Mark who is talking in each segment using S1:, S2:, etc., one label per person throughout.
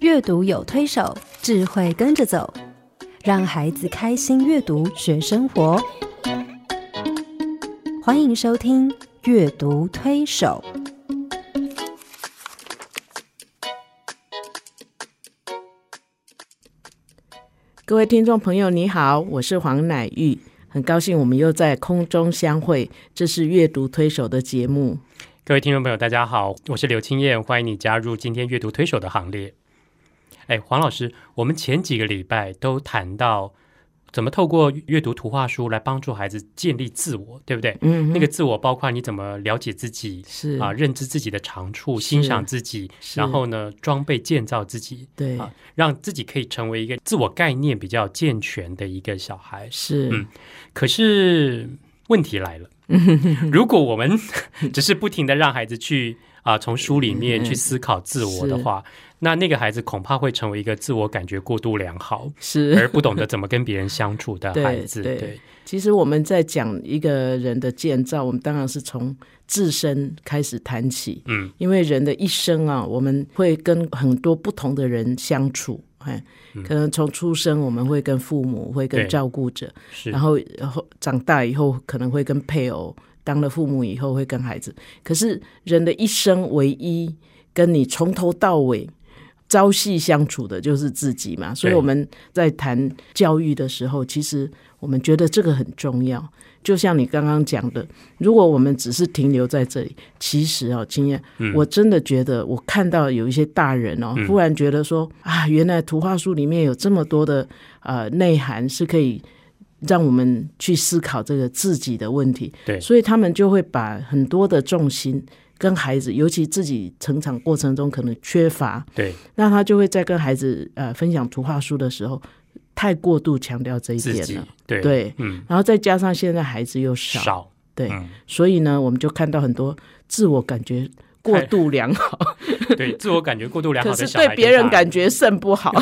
S1: 阅读有推手，智慧跟着走，让孩子开心阅读学生活。欢迎收听《阅读推手》。
S2: 各位听众朋友，你好，我是黄乃玉，很高兴我们又在空中相会。这是阅读推手的节目。
S3: 各位听众朋友，大家好，我是刘青燕，欢迎你加入今天阅读推手的行列。哎，黄老师，我们前几个礼拜都谈到怎么透过阅读图画书来帮助孩子建立自我，对不对？
S2: 嗯
S3: 那个自我包括你怎么了解自己
S2: 是
S3: 啊，，认知自己的长处，欣赏自己，
S2: 是
S3: 然后呢，装备建造自己，
S2: 对，
S3: 啊让自己可以成为一个自我概念比较健全的一个小孩。
S2: 是、
S3: 嗯可是问题 来了，如果我们 只是不停的让孩子去啊、从书里
S2: 嗯
S3: 面去思考自我的话，那那个孩子恐怕会成为一个自我感觉过度良 好，
S2: 是。
S3: 而不懂得怎么跟别人相处的
S2: 对
S3: 孩子。
S2: 对
S3: 对，
S2: 其实我们在讲一个人的建造，我们当然是从自身开始谈起。
S3: 嗯，
S2: 因为人的一生啊，我们会跟很多不同的人相处，哎，可能从出生我们会跟父母，会跟
S3: 嗯对
S2: 照顾者，
S3: 是
S2: 然后然后长大以后可能会跟配偶，当了父母以后会跟孩子。可是人的一生唯一跟你从头到尾朝夕相处的就是自己嘛，所以
S3: 对
S2: 我们在谈教育的时候，其实我们觉得这个很重要。就像你刚刚讲的，如果我们只是停留在这里，其实哦，经验，我真的觉得我看到有一些大人哦，忽然觉得说啊，原来图画书里面有这么多的呃内涵是可以让我们去思考这个自己的问题。
S3: 对
S2: 所以他们就会把很多的重心跟孩子，尤其自己成长过程中可能缺乏，
S3: 对
S2: 那他就会在跟孩子呃分享图画书的时候，太过度强调这一
S3: 自
S2: 点
S3: 己
S2: 了。，
S3: 对
S2: 对，啊
S3: 嗯，
S2: 然后再加上现在孩子又少，
S3: 少，
S2: 对，
S3: 嗯，
S2: 所以呢，我们就看到很多自我感觉过度良好，
S3: 对，自我感觉过度 良好
S2: 可
S3: 的
S2: 是
S3: 小孩
S2: 对
S3: 跟
S2: 别人
S3: 大
S2: 感觉甚不 好。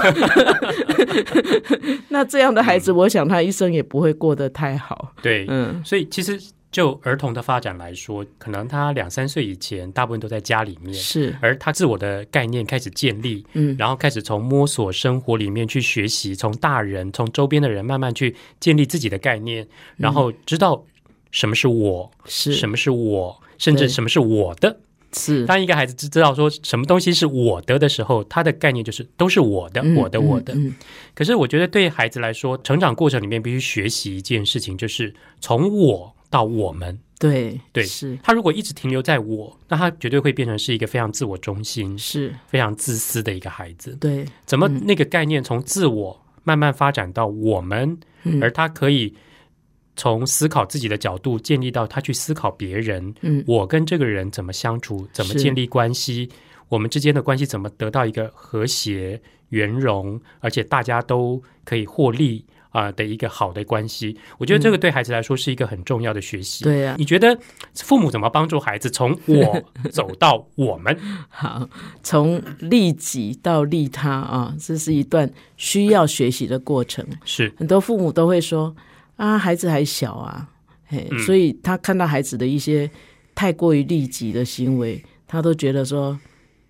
S2: 那这样的孩子，我想他一生也不会过得太好。
S3: 对，
S2: 嗯，
S3: 所以其实就儿童的发展来说，可能他两三岁以前，大部分都在家里面，
S2: 是，
S3: 而他自我的概念开始建立，
S2: 嗯
S3: 然后开始从摸索生活里面去学习，从大人、从周边的人慢慢去建立自己的概念，然后知道什么是我，
S2: 嗯是，
S3: 什么是我，甚
S2: 对
S3: 至什么是我的。
S2: 是，
S3: 当一个孩子知知道说什么东西是我的的时候，他的概念就是都是我的，
S2: 嗯
S3: 我的，
S2: 嗯
S3: 我的。
S2: 嗯
S3: 可是我觉得对孩子来说，成长过程里面必须学习一件事情，就是从我到我们。
S2: 对
S3: 对
S2: 是
S3: 他如果一直停留在我，那他绝对会变成是一个非常自我中心、
S2: 是，
S3: 非常自私的一个孩子。
S2: 对
S3: 怎么那个概念从自我慢慢发展到我们，
S2: 嗯
S3: 而他可以从思考自己的角度建立到他去思考别人，
S2: 嗯
S3: 我跟这个人怎么相处，怎么
S2: 是
S3: 建立关系，我们之间的关系怎么得到一个和谐、圆融，而且大家都可以获利啊、的一个好的关系。我觉得这个对孩子来说是一个很重要的学习。
S2: 对啊，
S3: 你觉得父母怎么帮助孩子从我走到 我们？
S2: 好，从利己到利他啊，这是一段需要学习的过程。
S3: 是
S2: 很多父母都会说啊，孩子还小啊，嘿，
S3: 嗯
S2: 所以他看到孩子的一些太过于利己的行为，他都觉得说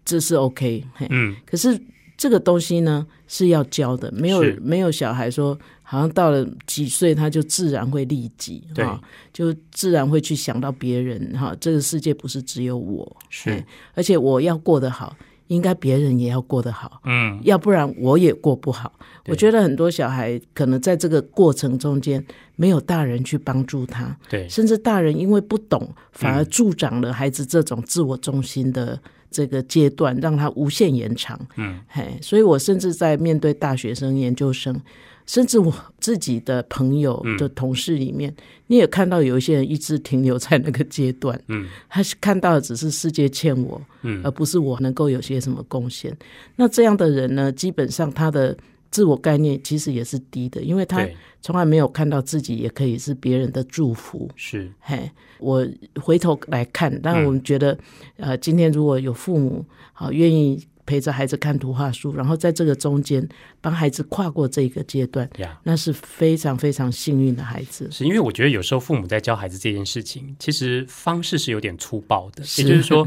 S2: 这是 OK，嘿，
S3: 嗯，
S2: 可是这个东西呢是要教的，没有
S3: 是
S2: 没有小孩说好像到了几岁他就自然会利己，
S3: 对
S2: 哈就自然会去想到别人哈、这个世界不是只有我，
S3: 是
S2: 哎，而且我要过得好，应该别人也要过得好。
S3: 嗯，
S2: 要不然我也过不好。
S3: 对
S2: 我觉得很多小孩可能在这个过程中间没有大人去帮助他，
S3: 对，
S2: 甚至大人因为不懂，反而
S3: 嗯
S2: 助长了孩子这种自我中心的这个阶段，让他无限延长。
S3: 嗯，
S2: 嘿，所以我甚至在面对大学生、研究生，甚至我自己的朋友、
S3: 嗯
S2: 就同事里面，你也看到有一些人一直停留在那个阶段，
S3: 嗯
S2: 他是看到的只是世界欠我，
S3: 嗯
S2: 而不是我能够有些什么贡献。那这样的人呢，基本上他的自我概念其实也是低的，因为他
S3: 对，
S2: 从来没有看到自己也可以是别人的祝福。
S3: 是
S2: 嘿，我回头来看，但
S3: 嗯
S2: 我们觉得，呃，今天如果有父母好、愿意陪着孩子看图画书，然后在这个中间帮孩子跨过这个阶段，
S3: 呀。
S2: 那是非常非常幸运的孩子。
S3: 是因为我觉得有时候父母在教孩子这件事情，其实方式是有点粗暴的，
S2: 是
S3: 也就是说，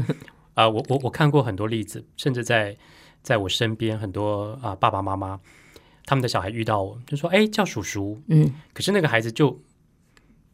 S3: 啊，我我我看过很多例子，甚至在在我身边很多啊、爸爸妈妈，他们的小孩遇到我就说：“哎，叫叔叔。
S2: 嗯，”
S3: 可是那个孩子就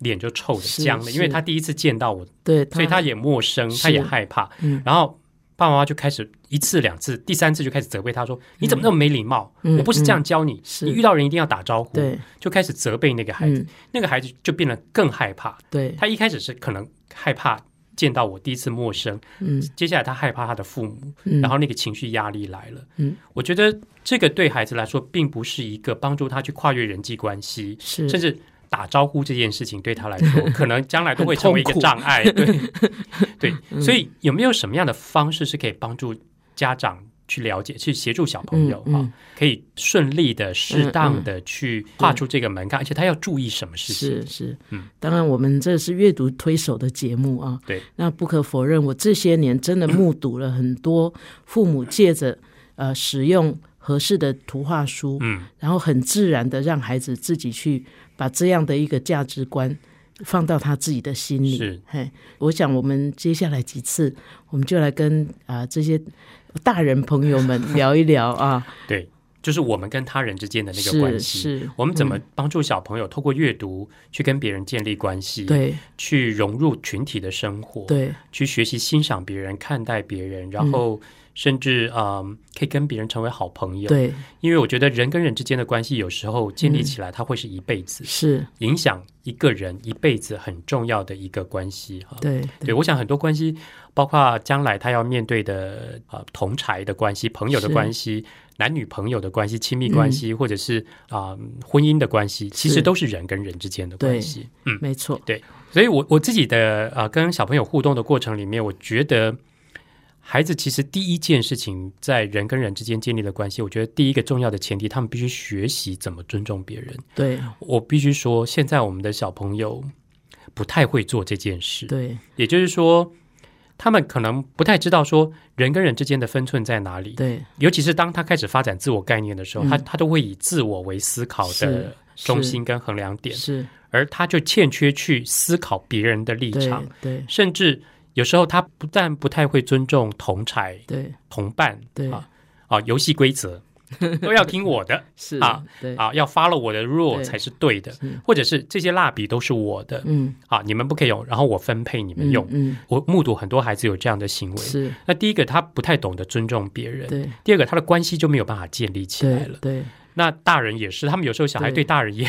S3: 脸就臭的
S2: 是
S3: 僵了，因为
S2: 是
S3: 他第一次见到我，
S2: 对，
S3: 所以他也陌生，
S2: 是
S3: 他也害怕。
S2: 嗯
S3: 然后爸爸妈妈就开始一次两次，第三次就开始责备他说：“你怎么那么没礼貌？
S2: 嗯
S3: 我不是这样教你，
S2: 是
S3: 你遇到人一定要打招呼。”，
S2: 对，
S3: 就开始责备那个孩子，
S2: 嗯，
S3: 那个孩子就变得更害怕。
S2: 对，
S3: 他一开始是可能害怕见到我第一次陌生，
S2: 嗯
S3: 接下来他害怕他的父母，
S2: 嗯，
S3: 然后那个情绪压力来了。
S2: 嗯，
S3: 我觉得这个对孩子来说，并不是一个帮助他去跨越人际关系，
S2: 是
S3: 甚至打招呼这件事情对他来 说，可能将来都会
S2: 很
S3: 成为一个
S2: 痛苦嗯
S3: 障碍。对 对，所以有没有什么样的方式是可以帮助家长去了解、去协助小朋友啊、
S2: 嗯嗯
S3: 可以顺利的、适当的去跨出这个门槛，而且他要注意什么事情？
S2: 嗯是是，
S3: 嗯
S2: 当然我们这是阅读推手的节目啊，
S3: 对，
S2: 那不可否认，我这些年真的目睹了很多父母借着呃使用合适的图画书，
S3: 嗯，
S2: 然后很自然的让孩子自己去把这样的一个价值观。放到他自己的心里，
S3: 是
S2: 嘿，我想我们接下来几次，我们就来跟啊、这些大人朋友们聊一聊啊，
S3: 对，就是我们跟他人之间 的那个关
S2: 是
S3: 系。
S2: 是，嗯
S3: 我们怎么帮助小朋友透过阅读去跟别人建立关系，，
S2: 对
S3: 去融入群体的生活，，
S2: 对
S3: 去学习欣赏别人、看待别
S2: 嗯
S3: 人，然后甚至嗯、可以跟别人成为好朋友。，
S2: 对
S3: 因为我觉得人跟人之间的关系有时候建立起来，它会是一辈子、
S2: 是，
S3: 影响一个人一辈子很重要的一个关系哈。
S2: 对
S3: 对，我想很多关系，包括将来他要面对的呃同柴的关系、朋友的
S2: 是
S3: 关系、男女朋友的关系、亲密关系，或者是啊、嗯婚姻的关系，其实
S2: 是
S3: 都是人跟人之间的
S2: 对
S3: 关系。嗯，
S2: 没错，
S3: 所以我我自己的啊、呃跟小朋友互动的过程里面，我觉得孩子其实第一件事情，在人跟人之间建立的关系，我觉得第一个重要的前提，他们必须学习怎么尊重别人。
S2: 对
S3: 我必须说，现在我们的小朋友不太会做这件事。
S2: 对
S3: 也就是说，他们可能不太知道说人跟人之间的分寸在哪里。
S2: 对，
S3: 尤其是当他开始发展自我概念的时候，
S2: 嗯
S3: 他他都会以自我为思考的
S2: 是
S3: 中心跟衡量点，
S2: 是
S3: 而他就欠缺去思考别人的立
S2: 对
S3: 场，
S2: 对
S3: 甚至有时候他不但不太会尊重同才、
S2: 对
S3: 同伴，
S2: 对
S3: 啊啊，游戏规 则都要听我的
S2: 是
S3: 啊，
S2: 对
S3: 啊，要 follow 我的 rule
S2: 对
S3: 才是对的
S2: 是，
S3: 或者是这些蜡笔都是我的
S2: 嗯
S3: 啊，你们不可以用，然后我分配你们
S2: 嗯
S3: 用。
S2: 嗯
S3: 我目睹很多孩子有这样的行为。
S2: 是
S3: 那第一个，他不太懂得尊重别人；
S2: 对
S3: 第二个，他的关系就没有办法建立起来
S2: 对
S3: 了。
S2: 对
S3: 那大人也是，他们有时候小孩
S2: 对
S3: 对大人也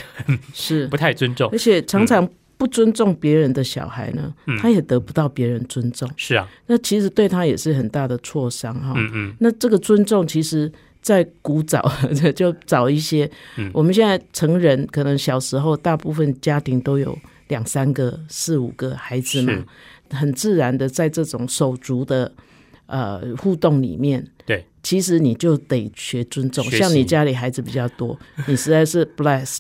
S2: 是
S3: 不，太尊重
S2: 而。且常常不尊重别人的小孩呢，
S3: 嗯
S2: 他也得不到别人尊重，
S3: 是啊，
S2: 那其实对他也是很大的挫伤哈。
S3: 嗯嗯，
S2: 那这个尊重其实。在古早 就早一些
S3: 嗯，
S2: 我们现在成人可能小时候大部分家庭都有两三个、四五个孩子嘛
S3: 是，
S2: 很自然的在这种手足的呃互动里面，
S3: 对，
S2: 其实你就得学尊重。
S3: 学习
S2: 像你家里孩子比较多，你实在是 blessed，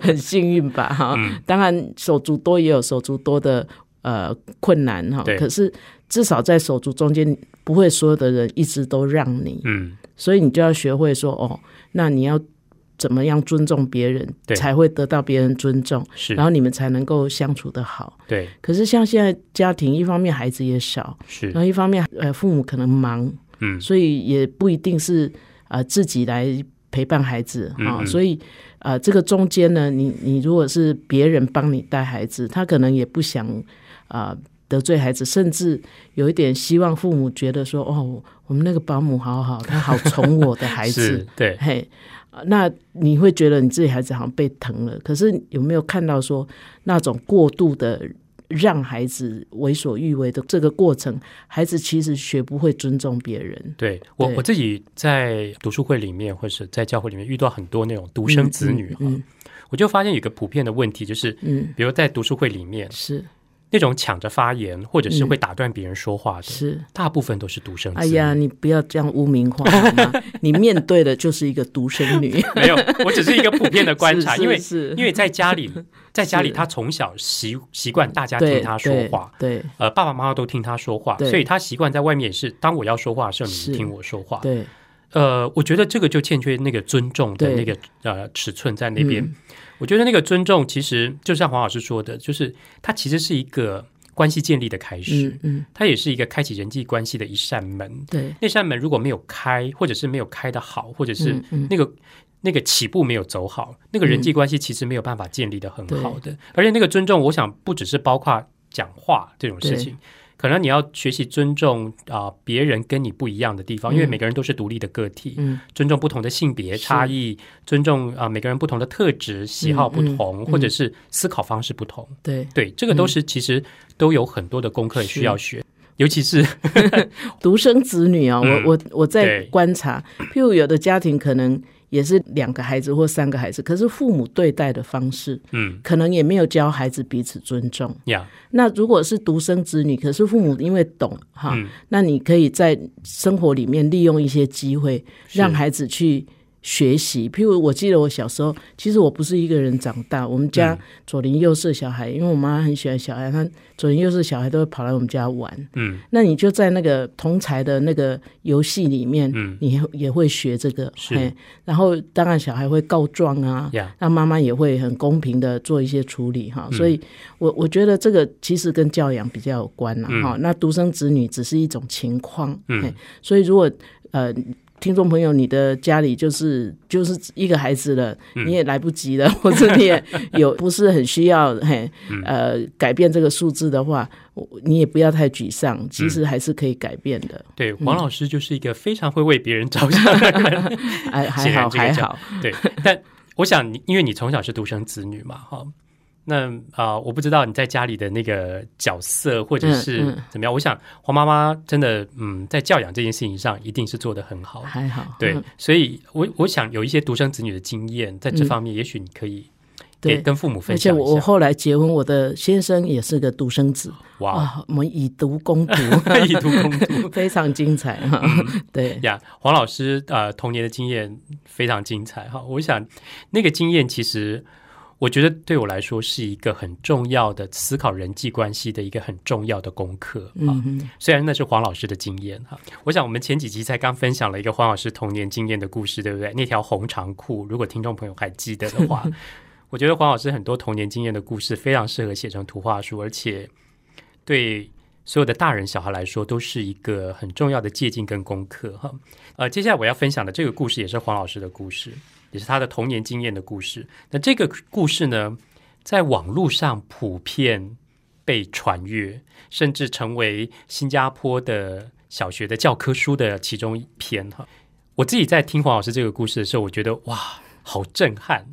S2: 很幸运吧哈。
S3: 嗯
S2: 当然手足多也有手足多的呃困难哈
S3: 对，
S2: 可是至少在手足中间，不会所有的人一直都让你，
S3: 嗯，
S2: 所以你就要学会说哦，那你要。怎么样尊重别人
S3: 对，
S2: 才会得到别人尊重，
S3: 是
S2: 然，后你们才能够相处的好。
S3: 对，
S2: 可是像现在家庭，一方面孩子也少，
S3: 是
S2: 然，后一方面呃父母可能忙，
S3: 嗯，
S2: 所以也不一定是呃自己来陪伴孩子
S3: 嗯
S2: 啊、
S3: 嗯
S2: 所以呃这个中间呢，你你如果是别人帮你带孩子，他可能也不想啊、呃得罪孩子，甚至有一点希望父母觉得说哦，我们那个保姆好好，他好宠我的孩子
S3: 是，，对，
S2: 嘿，呃那你会觉得你自己孩子好像被疼了，可是有没有看到说那种过度的让孩子为所欲为的这个过程，孩子其实学不会尊重别人，
S3: 对我
S2: 对
S3: 我自己在读书会里面或者在教会里面遇到很多那种独生子女哈、
S2: 嗯
S3: 我就发现有一个普遍的问题，就是
S2: 嗯，
S3: 比如在读书会里面
S2: 是
S3: 那种抢着发言或者是
S2: 嗯
S3: 会打断别人说话的，
S2: 是。
S3: 大部分都是独生子
S2: 哎
S3: 女。
S2: 呀，你不要这样污名化好吗？ 你面对的就是一个独生女
S3: 没有，我只是一个普遍的 观察，
S2: 是是
S3: 因为
S2: 是
S3: 因为在家里，在家 里
S2: 是
S3: 他从小习习惯大家
S2: 对
S3: 听他说话，
S2: 对
S3: 呃，爸爸妈妈都听他说话，
S2: 对
S3: 所以他习惯在外面也是，当我要说话的时候，你
S2: 是
S3: 们听我说话。
S2: 对嗯
S3: 呃，我觉得这个就欠缺那个尊重的
S2: 对
S3: 那个呃尺寸在那边。
S2: 嗯
S3: 我觉得那个尊重，其实就像黄老师说的，就是它其实是一个关系建立的开始，
S2: 嗯嗯，
S3: 它也是一个开启人际关系的一扇门。
S2: 对，
S3: 那扇门如果没有开，或者是没有开的好，或者是
S2: 嗯嗯
S3: 那个、那个起步没有走好，那个人际关系其实没有办法建立的很好的。而且那个尊重，我想不只是包括讲话这种事情，可能你要学习尊重啊、别人跟你不一样的地方，因为
S2: 嗯
S3: 每个人都是独立的个体，
S2: 嗯
S3: 尊重不同的性别差异，尊重啊、每个人不同的特质、喜好不同，
S2: 嗯嗯嗯
S3: 或者是思考方式不同。
S2: 对，
S3: 对，这个都是其实都有很多的功课需要学，尤其是
S2: 独生子女啊、
S3: 嗯
S2: 我我我在
S3: 对
S2: 观察，譬如有的家庭可能也是两个孩子或三个孩子，可是父母对待的方式，
S3: 嗯
S2: 可能也没有教孩子彼此尊重。
S3: 呀，
S2: 那如果是独生子女，可是父母因为懂哈，
S3: 嗯
S2: 那你可以在生活里面利用一些机会，
S3: 是
S2: 让孩子去学习。譬如我记得我小时候，其实我不是一个人长大，我们
S3: 嗯
S2: 家左邻右舍小孩，因为我妈很喜欢小孩，她左邻右舍小孩都会跑来我们家玩。
S3: 嗯
S2: 那你就在那个同才的那个游戏里面，
S3: 嗯
S2: 你也也会学这个，
S3: 是
S2: 嘿。然后当然小孩会告状啊，
S3: 呀，
S2: 那妈妈也会很公平的做一些处理哈，
S3: 嗯
S2: 所以我我觉得这个其实跟教养比较有关了
S3: 嗯
S2: 哈。那独生子女只是一种情况，
S3: 嗯
S2: 嘿，所以如果呃。听众朋友，你的家里就是就是一个孩子了，
S3: 嗯
S2: 你也来不及了， 或者你也有不是很需要嘿
S3: 嗯
S2: 呃改变这个数字的话，我你也不要太沮
S3: 嗯
S2: 丧，其实还是可以改变的。
S3: 对，黄老师就是一个非常会为别人着想的人，
S2: 哎，还
S3: 显然
S2: 好
S3: 这个
S2: 还
S3: 叫
S2: 好，
S3: 对，但我想你，因为你从小是独生子女嘛，哈、那啊、呃我不知道你在家里的那个角色或者
S2: 嗯
S3: 是
S2: 嗯
S3: 怎么样。我想黄妈妈真的，嗯，在教养这件事情上一定是做得很好。
S2: 还好。
S3: 对，
S2: 嗯
S3: 所以我我想有一些独生子女的经验，在这方面，也许你可以给
S2: 嗯对，
S3: 跟父母
S2: 而
S3: 分
S2: 且
S3: 享
S2: 我
S3: 一
S2: 我
S3: 下。
S2: 后来结婚，我的先生也是个独生子
S3: 哇，
S2: 啊，我们以毒攻 毒，
S3: 以毒攻毒
S2: 非常精彩哈。
S3: 嗯
S2: 对，
S3: 呀！黄老师呃，童年的经验非常精彩哈。我想那个经验其实。我觉得对我来说是一个很重要的思考人际关系的一个很重要的功课啊。
S2: 嗯哼，
S3: 虽然那是黄老师的经验哈，我想我们前几集才刚分享了一个黄老师童年经验的故事，对不对？那条红长裤，如果听众朋友还记得的话，我觉得黄老师很多童年经验的故事非常适合写成图画书，而且对所有的大人小孩来说都是一个很重要的借鉴跟功课哈。呃，接下来我要分享的这个故事也是黄老师的故事，也是他的童年经验的故事。那这个故事呢，在网络上普遍被传阅，甚至成为新加坡的小学的教科书的其中一篇哈。我自己在听黄老师这个故事的时候，我觉得哇，好震 撼！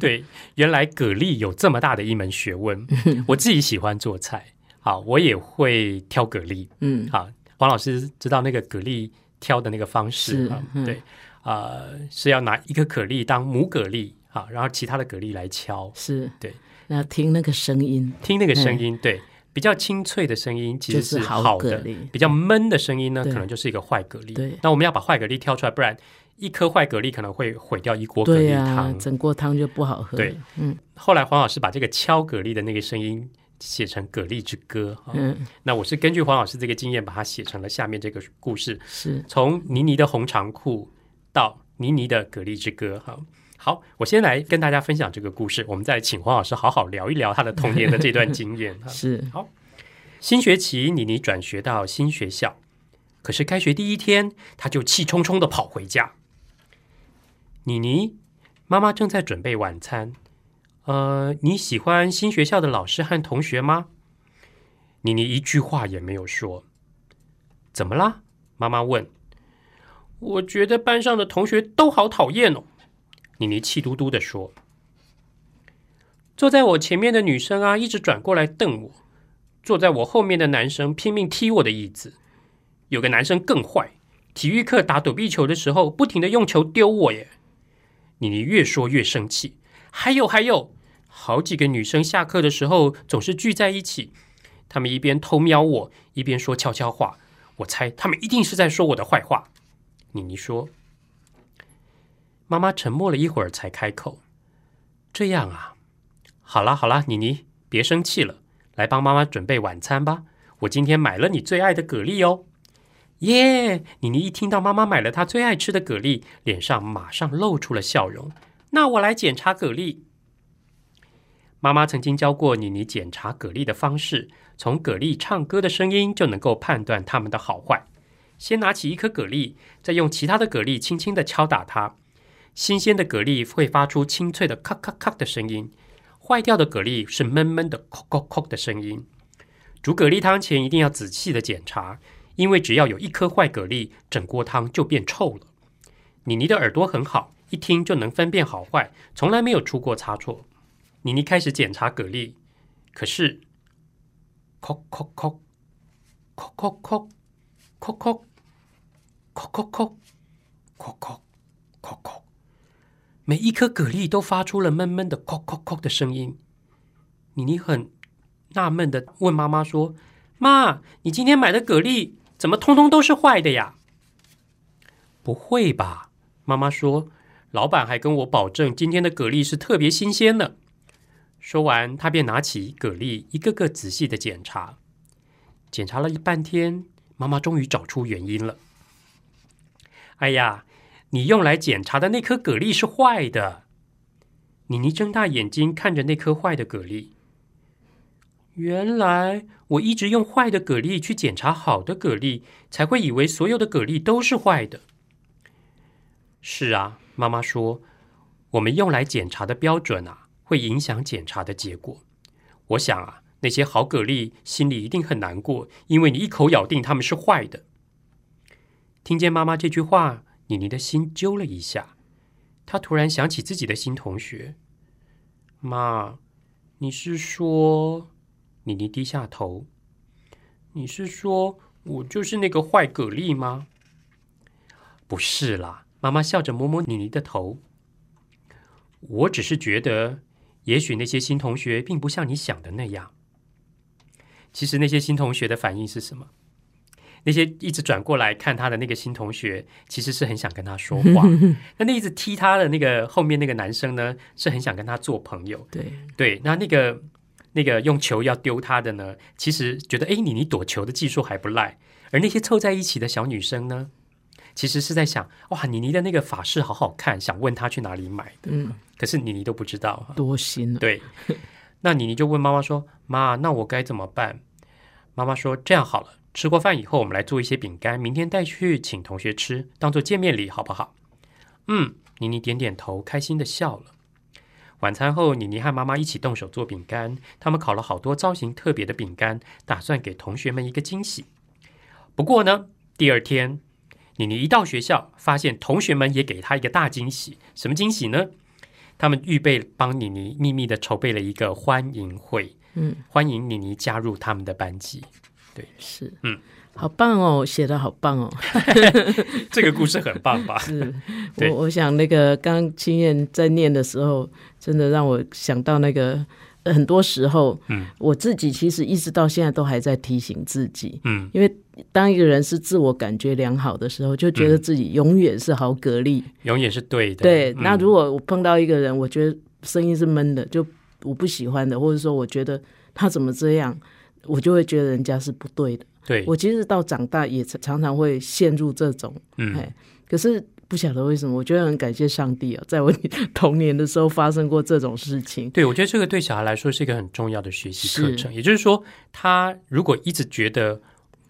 S3: 对，原来蛤蜊有这么大的一门 学问。我自己喜欢做菜，好，我也会挑蛤蜊。
S2: 嗯，
S3: 好，黄老师知道那个蛤蜊挑的那个方式
S2: 是
S3: 啊，
S2: 嗯
S3: 对，呃，是要拿一个蛤蜊当母蛤蜊啊，然后其他的蛤蜊来敲，
S2: 是，
S3: 对，
S2: 那听那个声音
S3: 听那个声音，对，比较清脆的声音其
S2: 嗯就
S3: 实
S2: 是
S3: 好
S2: 蛤
S3: 的，
S2: 蜊，
S3: 比较闷的声音呢，
S2: 对
S3: 可能就是一个坏蛤蜊。
S2: 对
S3: 那我们要把坏蛤蜊挑出来，不然一颗坏蛤蜊可能会毁掉一锅蛤
S2: 对啊
S3: 蜊
S2: 呀
S3: 汤，。
S2: 整锅汤就不好喝。
S3: 对，
S2: 嗯
S3: 后来黄老师把这个敲蛤蜊的那个声音写成《蛤蜊之歌》哈。
S2: 嗯，
S3: 那我是根据黄老师这个经验，把它写成了下面这个故事。
S2: 是，
S3: 从倪妮的红长裤到倪妮的蛤蜊之歌，哈。好，我先来跟大家分享这个故事，我们再请黄老师好好聊一聊他的童年的这段经验。啊哈
S2: 是，
S3: 新学期，妮妮转学到新学校，可是开学第一天，她就气冲冲的跑回家。妮妮，妈妈正在准备晚餐。呃，你喜欢新学校的老师和同学吗？妮妮一句话也没有说。怎么啦？妈妈问。我觉得班上的同学都好讨厌哦。妮妮气嘟嘟的说。坐在我前面的女生啊，一直转过来瞪我。坐在我后面的男生拼命踢我的椅子。有个男生更坏，体育课打躲避球的时候，不停的用球丢我耶。妮妮越说越生气。还有还有，好几个女生下课的时候总是聚在一起，她们一边偷瞄我，一边说悄悄话。我猜她们一定是在说我的坏话。妮妮说。妈妈沉默了一会儿，才开口：“这样啊，好啦好啦，妮妮，别生气了。来帮妈妈准备晚餐吧。我今天买了你最爱的蛤蜊哦。耶、妮妮一听到妈妈买了她最爱吃的蛤蜊，脸上马上露出了笑容。那我来检查蛤蜊。妈妈曾经教过妮妮检查蛤蜊的方式，从蛤蜊唱歌的声音就能够判断它们的好坏。先拿起一颗蛤蜊，再用其他的蛤蜊轻轻地敲打它。新鲜的蛤蜊会发出清脆的咔咔咔的声音，坏掉的蛤蜊是闷闷的扣扣扣的声音。煮蛤蜊汤前一定要仔细的检查，因为只要有一颗坏蛤蜊，整锅汤就变臭了。妮妮的耳朵很好，一听就能分辨好坏，从来没有出过差错。妮妮开始检查蛤蜊，可是，扣扣扣，扣扣扣，扣扣，扣扣扣，扣扣，扣扣，每一颗蛤蜊都发出了闷闷的扣扣扣的声音。妮妮很纳闷的问妈妈说：“妈，你今天买的蛤蜊怎么通通都是坏的呀？”不会吧？妈妈说，老板还跟我保证今天的蛤蜊是特别新鲜的。说完，她便拿起蛤蜊，一个个仔细的检查。检查了半天，妈妈终于找出原因了。哎呀，你用来检查的那颗蛤蜊是坏的。妮妮睁大眼睛看着那颗坏的蛤蜊。原来我一直用坏的蛤蜊去检查好的蛤蜊，才会以为所有的蛤蜊都是坏的。是啊，妈妈说，我们用来检查的标准啊，会影响检查的结果。我想啊，那些好蛤蜊心里一定很难过，因为你一口咬定它们是坏的。听见妈妈这句话，妮妮的心揪了一下，她突然想起自己的新同学。妈，你是说？妮妮低下头。你是说我就是那个坏蛤蜊吗？不是啦，妈妈笑着摸摸妮妮的头。我只是觉得，也许那些新同学并不像你想的那样。其实那些新同学的反应是什么？那些一直转过来看他的那个新同学，其实是很想跟他说话。那那一直踢他的那个后面那个男生呢，是很想跟他做朋友。
S2: 对，
S3: 对，那那个那个用球要丢他的呢，其实觉得哎，诶你你躲球的技术还不赖。而那些凑在一起的小女生呢，其实是在想哇，妮妮的那个法式好好看，想问她去哪里买的，
S2: 嗯，
S3: 可是妮妮都不知道。
S2: 多心了，哦
S3: 对，那妮妮就问妈妈说：“妈，那我该怎么办？”妈妈说：“这样好了，吃过饭以后，我们来做一些饼干，明天带去请同学吃，当做见面礼，好不好？”嗯，妮妮点点头，开心的笑了。晚餐后，妮妮和妈妈一起动手做饼干，他们烤了好多造型特别的饼干，打算给同学们一个惊喜。不过呢，第二天，妮妮一到学校，发现同学们也给她一个大惊喜。什么惊喜呢？他们预备帮妮妮秘密的筹备了一个欢迎会，
S2: 嗯，
S3: 欢迎妮妮加入他们的班级。
S2: 是，
S3: 嗯，
S2: 好棒哦，写的好棒哦，
S3: 这个故事很棒吧？
S2: 是
S3: 对
S2: 我我想那个刚刚青燕在念的时候，真的让我想到那个呃很多时候，
S3: 嗯，
S2: 我自己其实一直到现在都还在提醒自己，
S3: 嗯，
S2: 因为当一个人是自我感觉良好的时候，就觉
S3: 嗯
S2: 得自己永远是好蛤蜊。
S3: 永远是对的。
S2: 对，
S3: 嗯
S2: 那如果我碰到一个人，我觉得声音是闷的，就我不喜欢的，或者说我觉得他怎么这样，我就会觉得人家是不对的。
S3: 对，
S2: 我其实到长大也常常常会陷入这种，
S3: 嗯
S2: 哎，可是不晓得为什么，我觉得很感谢上帝啊，在我童年的时候发生过这种事情。
S3: 对，我觉得这个对小孩来说是一个很重要的学习课
S2: 是
S3: 程。也就是说，他如果一直觉得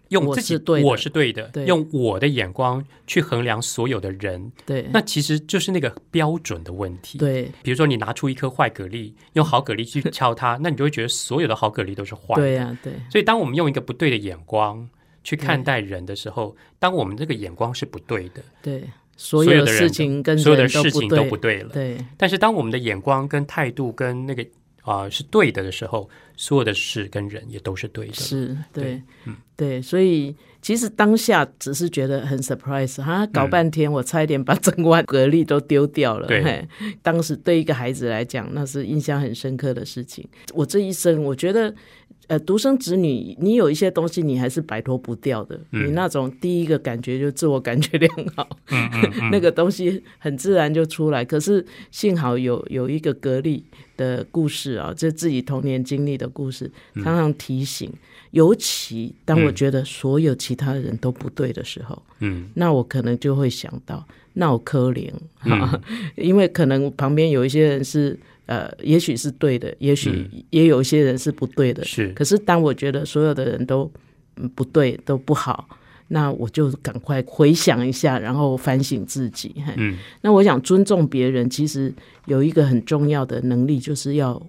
S3: 用
S2: 我
S3: 自己
S2: 是对的
S3: 我是对的，
S2: 对
S3: 用我的眼光去衡量所有的人，
S2: 对，
S3: 那其实就是那个标准的问题。，
S2: 对，
S3: 比如说你拿出一颗坏蛤蜊，用好蛤蜊去敲它，那你就会觉得所有的好蛤蜊都是坏的。
S2: 对啊呀、对，
S3: 所以，当我们用一个不对的眼光去看待人的时候，当我们这个眼光是不对的，
S2: 对，所
S3: 有
S2: 有
S3: 的
S2: 的
S3: 人
S2: 事情跟
S3: 所有的
S2: 人
S3: 事情都不
S2: 对，
S3: 对了。
S2: 对，
S3: 但是，当我们的眼光跟态度跟那个啊、呃是对的的时候，所有的事跟人也都是对的。
S2: 是，对
S3: 对，嗯
S2: 对，所以其实当下只是觉得很 surprise，哈，搞半天我差一点把整碗蛤蜊都丢掉了。
S3: 嗯对
S2: 嘿，当时对一个孩子来讲，那是印象很深刻的事情。我这一生，我觉得。呃，独生子女，你有一些东西你还是摆脱不掉的。你那种第一个感觉就自我感觉良好，
S3: 嗯嗯 嗯，
S2: 那个东西很自然就出来。可是幸好有有一个格力的故事啊，这自己童年经历的故事，
S3: 嗯
S2: 常常提醒。尤其当我觉得所有其他人都不对的时候，
S3: 嗯
S2: 那我可能
S3: 嗯
S2: 就会想到，那我可怜，哈，因为可能旁边有一些人是呃，也许是对的，也许也有一些人是不对的。
S3: 嗯是
S2: 可是当我觉得所有的人都嗯不对，都不好，那我就赶快回想一下，然后反省自己。嘿
S3: 嗯，
S2: 那我想尊重别人，其实有一个很重要的能力，就是要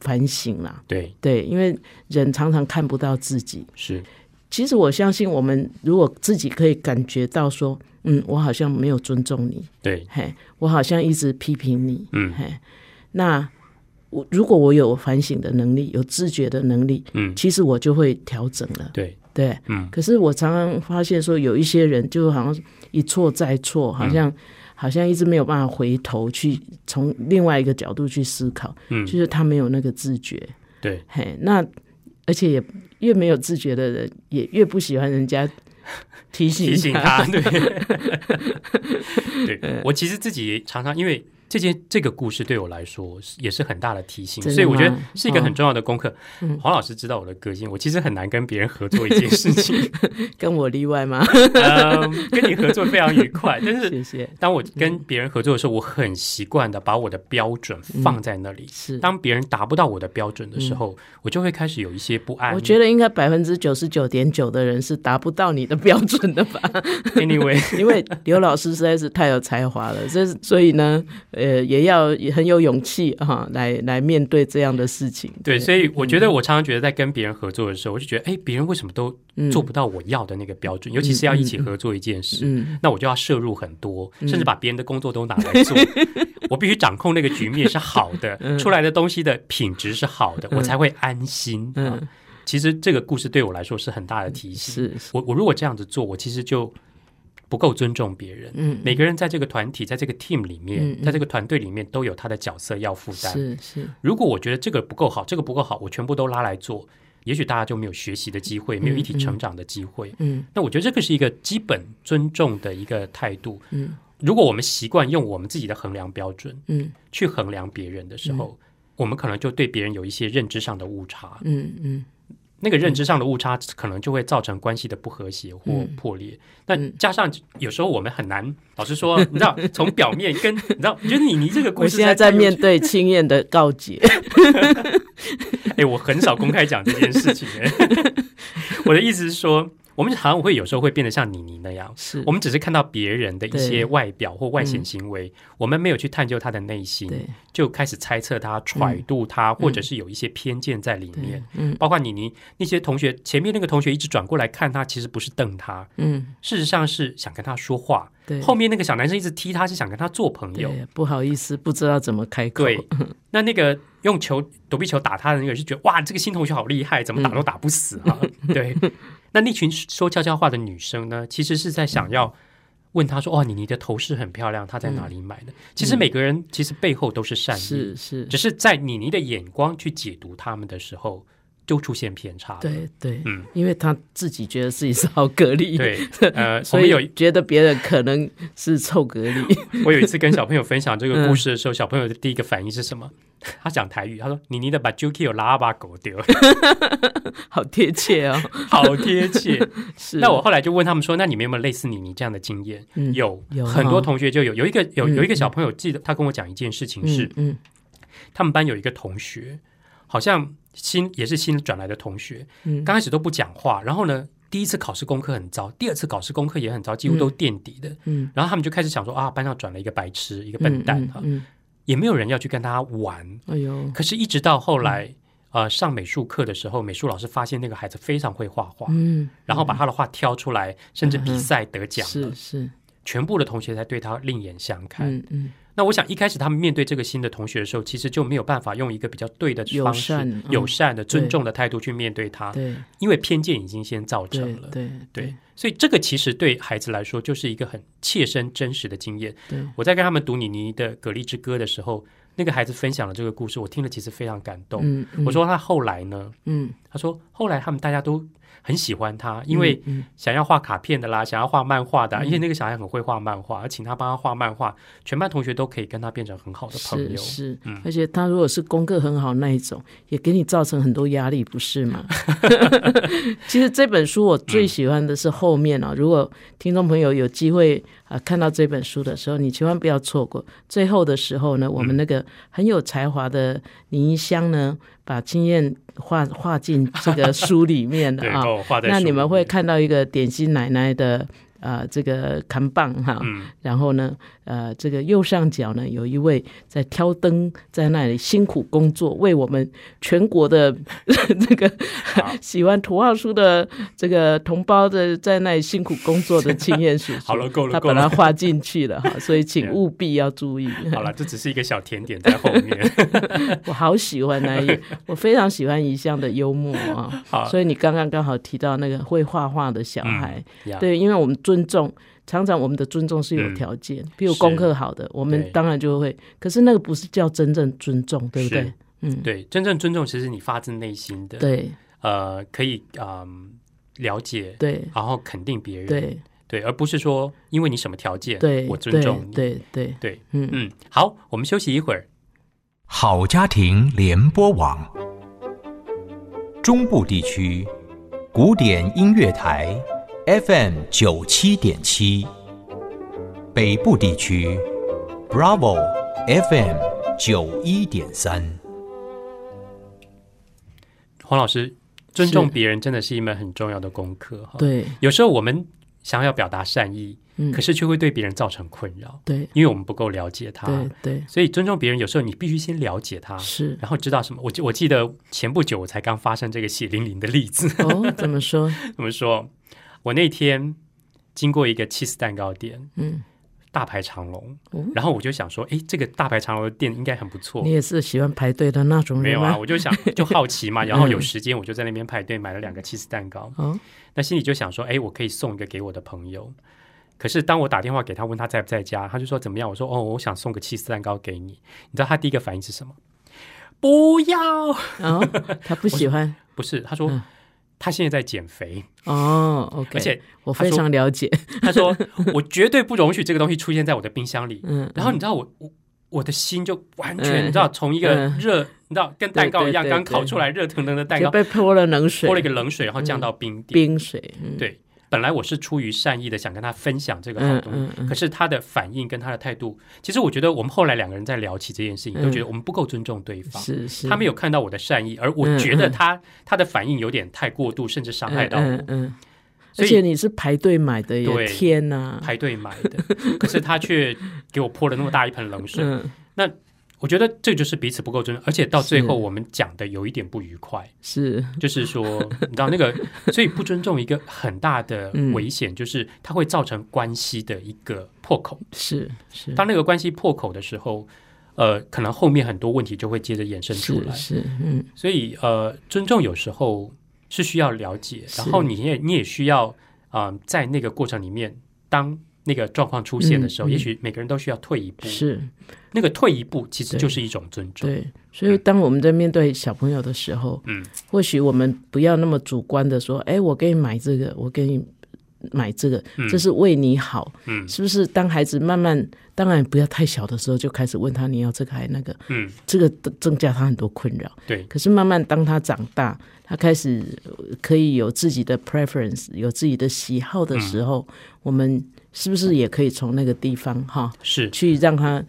S2: 反省啦。
S3: 对，
S2: 对，因为人常常看不到自己。
S3: 是
S2: 其实我相信，我们如果自己可以感觉到说，嗯，我好像没有尊重你，
S3: 对，
S2: 嘿，我好像一直批评你，
S3: 嗯
S2: 嘿，那我如果我有反省的能力，有自觉的能力，
S3: 嗯，
S2: 其实我就会调整了，
S3: 对，
S2: 对，
S3: 嗯，
S2: 可是我常常发现说，有一些人就好像一错再错，
S3: 嗯
S2: 好像、好像一直没有办法回头去从另外一个角度去思考，
S3: 嗯
S2: 就是他没有那个自觉，
S3: 对，
S2: 嘿，那而且也越没有自觉的人，也越不喜欢人家提醒
S3: 提醒他，对，
S2: 嗯
S3: 对我其实自己也常常因为。这件这个故事对我来说是也是很大的提醒，
S2: 真的嗯
S3: 所以我觉得
S2: 吗
S3: 是一个很
S2: 哦
S3: 重要的功课。黄老师知道我的个性，我其实很难跟别人合作一件事情，
S2: 跟我例外 吗？
S3: 嗯，跟你合作非常愉 快，但是
S2: 谢谢，
S3: 当我跟别人合作的时候，我很习惯的把我的标准放在那里。
S2: 嗯是。嗯
S3: 当别人达不到我的标准的时候，我就会开始有一些不安。
S2: 我 觉得应该百分之九十九点九的人是达不到你的标准的吧，
S3: anyway，
S2: 因为刘老师实在是太有才华了，这是所以呢，呃，也要也很有勇气哈、来来面对这样的事情。
S3: 对，所以我觉
S2: 嗯
S3: 得我常常觉得在跟别人合作的时候，我就觉得，哎，别人为什么都做不到我要的那个标准？尤其是要一起合作一件事，
S2: 嗯
S3: 那我就要摄入很多，甚至把别人的工作都拿 来做。我必须掌控那个局面是好的，
S2: 嗯
S3: 出来的东西的品质是好的，我才会安心。
S2: 嗯
S3: 啊其实这个故事对我来说是很大的提醒。
S2: 是是
S3: 我我如果这样子做，我其实就不够尊重别人。
S2: 嗯
S3: 每个人在这个团体，在这个 team 里面，
S2: 嗯嗯
S3: 在这个团队里面都有他的角色要负担。
S2: 是是，
S3: 如果我觉得这个不够好，这个不够好，我全部都拉来做，也许大家就没有学习的机会，没有一起成长的机会。
S2: 嗯
S3: 那我觉得这个是一个基本尊重的一个态度。
S2: 嗯
S3: 如果我们习惯用我们自己的衡量标准
S2: 嗯
S3: 去衡量别人的时候，我们可能就对别人有一些认知上的误差。
S2: 嗯嗯
S3: 那个认知上的误差，可能就会造成关系的不和谐或
S2: 嗯
S3: 破裂。那加上有时候我们很难，老实说，你知道，从表面跟你知道，就是你你这个故
S2: 我
S3: 事
S2: 现在在
S3: 太有
S2: 面对青燕的告 解，
S3: 哎、我很少公开讲这件事情、哎，我的意思是说，我们好像会有时候会变得像妮妮那样，
S2: 是
S3: 我们只是看到别人的一些
S2: 对嗯
S3: 外表或外显行为，我们没有去探究他的内心，
S2: 对
S3: 就开始猜测他、揣度他，或者是有一些偏见在里面。
S2: 嗯
S3: 包括妮妮那些同学，前面那个同学一直转过来看他，其实不是瞪他，
S2: 嗯
S3: 事实上是想跟他说话。
S2: 对
S3: 后面那个小男生一直踢他，是想跟他做朋友。
S2: 对，不好意思，不知道怎么开口。
S3: 对，那那个用球躲避球打他的那个人是觉得哇，这个新同学好厉害，怎么打都打不死 啊！对，那那群说悄悄话的女生呢，其实是在想要问他说：“哦，你你的头饰很漂亮，她在哪里买的？”其实每个人其实背后都是善意，
S2: 嗯是是，
S3: 只是在你你的眼光去解读他们的时候，就出现偏差了。
S2: 对对，
S3: 嗯
S2: 因为他自己觉得自己是好蛤蜊，，
S3: 对，呃，我
S2: 所
S3: 们有
S2: 以觉得别人可能是臭蛤蜊。
S3: 我有一次跟小朋友分享这个故事的
S2: 嗯
S3: 时候，小朋友的第一个反应是什么？ 他讲台语，他说：“你你的把 Juki 有拉把狗丢，
S2: 好贴切哦，
S3: 好贴切。”
S2: 是。
S3: 那我后来就问他们说：“那你们有没有类似你你这样的经验？”
S2: 嗯
S3: 有，
S2: 有
S3: 很多
S2: 哈
S3: 同学就有。有一个有有一个
S2: 嗯
S3: 小朋友，记得他跟我讲一件事情是，
S2: 嗯嗯
S3: 他们班有一个同学，好像新也是新转来的同学，
S2: 嗯
S3: 刚开始都不讲话，然后呢，第一次考试功课很糟，第二次考试功课也很糟，几乎都垫底的。
S2: 嗯，
S3: 然后他们就开始想说：“啊，班上转了一个白痴，一个笨蛋啊，
S2: 嗯，嗯
S3: 也没有人要去跟他玩。”
S2: 嗯哎嗯呦，
S3: 可是，一直到后来。呃，上美术课的时候，美术老师发现那个孩子非常会画画，
S2: 嗯，
S3: 然后把他的画挑出来，甚至比赛得奖了。
S2: 是是，
S3: 全部的同学才对他另眼相看。
S2: 嗯嗯，
S3: 那我想一开始他们面对这个新的同学的时候，其实就没有办法用一个比较对的
S2: 友
S3: 方式、
S2: 善嗯
S3: 友善的、尊重的态度去面对他，
S2: 对
S3: 因为偏见已经先造
S2: 对
S3: 啊成了。
S2: 对
S3: 对所以这个其实对孩子来说就是一个很切身真实的经验。
S2: 对，
S3: 我在跟他们读妮妮的《蛤蜊之歌》的时候，那个孩子分享了这个故事，我听了其实非常感动。
S2: 嗯，嗯
S3: 我，说他后来呢？
S2: 嗯，
S3: 他说后来他们大家都很喜欢他，因为
S2: 嗯
S3: 想要画卡片的啦，想要画漫画的啊、因为那个小孩很会画漫画，请他帮他画漫画，全班同学都可以跟他变成很好的朋
S2: 是
S3: 友。嗯
S2: 是，而且他如果是功课很好那一种，也给你造成很多压力，不是吗？ 其实这本书我最喜欢的是后面啊，如果听众朋友有机会呃看到这本书的时候，你千万不要错过。最后的时候呢，我
S3: 嗯
S2: 们那个很有才华的林一香呢，把经验画画进这个书里面了
S3: 对，
S2: 啊
S3: 把。我画在
S2: 那
S3: 书
S2: 你们
S3: 里
S2: 会
S3: 面，
S2: 看到一个点心奶奶的呃这个扛棒哈、
S3: 嗯，
S2: 然后呢，呃，这个右上角呢有一位在挑灯，在那里辛苦工作，为我们全国的 这个
S3: 好
S2: 喜欢图画书的这个同胞的在那里辛苦工作的青燕叔叔，
S3: 好了够了
S2: 他
S3: 够
S2: 把它
S3: 了
S2: 画进去了 哈，所以请
S3: 对
S2: 务必要注意。
S3: 好了，这只是一个小甜点在后面。
S2: 我好喜欢那一，我非常喜欢一向的幽默啊、
S3: 好嗯
S2: 所以你刚刚刚好提到那个会画画的小孩，
S3: 呀，
S2: 对，因为我们尊重，常常我们的尊重是有
S3: 嗯
S2: 条件，比如
S3: 是
S2: 功课好的，我们
S3: 对
S2: 当然就会，可是那个不是叫真正尊重，对不对
S3: 是？
S2: 嗯，
S3: 对，真正尊重其实你发自内心的，
S2: 对
S3: 呃，可以嗯了解，
S2: 对
S3: 然后肯定别人，
S2: 对
S3: 对而不是说因为你什么条件，
S2: 对，
S3: 我尊重你，
S2: 对对
S3: 对，
S2: 嗯
S3: 嗯，好，我们休息一会儿，
S4: 好家庭联播网，中部地区古典音乐台 FM 九七点七，北部地区 Bravo FM 九一点三。
S3: 黄老师，尊重
S2: 是
S3: 别人真的是一门很重要的功课哈。，
S2: 对，
S3: 有时候我们想要表达善意，
S2: 嗯
S3: 可，是却会对别人造成困扰，
S2: 对
S3: 因为我们不够了解他
S2: 对，对
S3: 所以尊重别人有时候你必须先了解他。
S2: 是。
S3: 然后知道什么？我记我记得前不久我才刚发生这个血淋淋的例子。
S2: 哦，怎么说？
S3: 怎么说？我那天经过一个 cheese 蛋糕店，
S2: 嗯，
S3: 大排长龙，
S2: 哦
S3: 然后我就想说，诶，这个大排长龙的店应该很不错
S2: 你。也是喜欢排队的那种
S3: 没
S2: 人
S3: 有
S2: 吗
S3: 啊，？我 就想就好奇
S2: 嗯
S3: 嘛，然后有时间我就在那边排队买了两个 cheese 蛋糕，
S2: 哦，
S3: 那心里就想说，诶，我可以送一个给我的朋友。可是当我打电话给他问他在不在家，他就说怎么样？我说哦，我想送个 cheese 蛋糕给你。你知道他第一个反应是什么？不要，
S2: 哦，他 不喜欢
S3: 不是，他说、
S2: 嗯
S3: 他现在在减肥，
S2: 哦，OK，
S3: 而且
S2: 我
S3: 他
S2: 非
S3: 说
S2: 常了解，
S3: 他说我绝对不容许这个东西出现在我的冰箱里。
S2: 嗯，
S3: 然后你知道我我我的心就完全、
S2: 嗯
S3: 你知道从一个
S2: 嗯
S3: 热、你知道跟蛋糕一样
S2: 对对对
S3: 刚烤出来热腾腾的蛋
S2: 就
S3: 糕
S2: 被泼了冷水，
S3: 泼了一个冷水，然后降到冰点。
S2: 冰水，嗯，
S3: 对，本来我是出于善意的想跟他分享这个好
S2: 嗯
S3: 东西，
S2: 嗯嗯，
S3: 可是他的反应跟他的态度，其实我觉得我们后来两个人在聊起这件事情，都
S2: 嗯
S3: 觉得我们不够尊重对方。
S2: 是是，嗯
S3: 他没有看到我的善意，而我觉得他、他的反应有点太过度，甚至伤害到我。
S2: 嗯嗯嗯
S3: 所
S2: 而
S3: 以
S2: 且你是排队买的耶
S3: 对！
S2: 天呐，
S3: 排队买 的，可是他却给我泼了那么大一盆冷水。
S2: 嗯，
S3: 我觉得这就是彼此不够尊重，而且到最后
S2: 是
S3: 我们讲的有一点不愉快，
S2: 是
S3: 就是说，你知道那个，所以不尊重一个很大的
S2: 嗯
S3: 危险，就是它会造成关系的一个破口。
S2: 是是，
S3: 当那个关系破口的时候，呃，可能后面很多问题就会接着衍生
S2: 是
S3: 出来。
S2: 是，嗯，
S3: 所以，呃，尊重有时候是需要了解，
S2: 是
S3: 然后你也你也需要，嗯、在那个过程里面，当那个状况出现的时候，
S2: 嗯嗯
S3: 也许每个人都需要退一步。
S2: 是
S3: 那个退一步，其实
S2: 对
S3: 就是一种尊重。
S2: 对。所以，当我们在面对小朋友的时候，
S3: 嗯，
S2: 或许我们不要那么主观的说，哎，我给你买这个，我给你买这个，
S3: 嗯
S2: 这是为你好，
S3: 嗯
S2: 是不是？当孩子慢慢，当然不要太小的时候就开始问他你要这个还那个，
S3: 嗯，
S2: 这个增加他很多困扰。
S3: 对。
S2: 可是慢慢当他长大，他开始呃可以有自己的 preference，有自己的喜好的时候，我们是不是也可以从那个地方哈
S3: 是
S2: 去让他？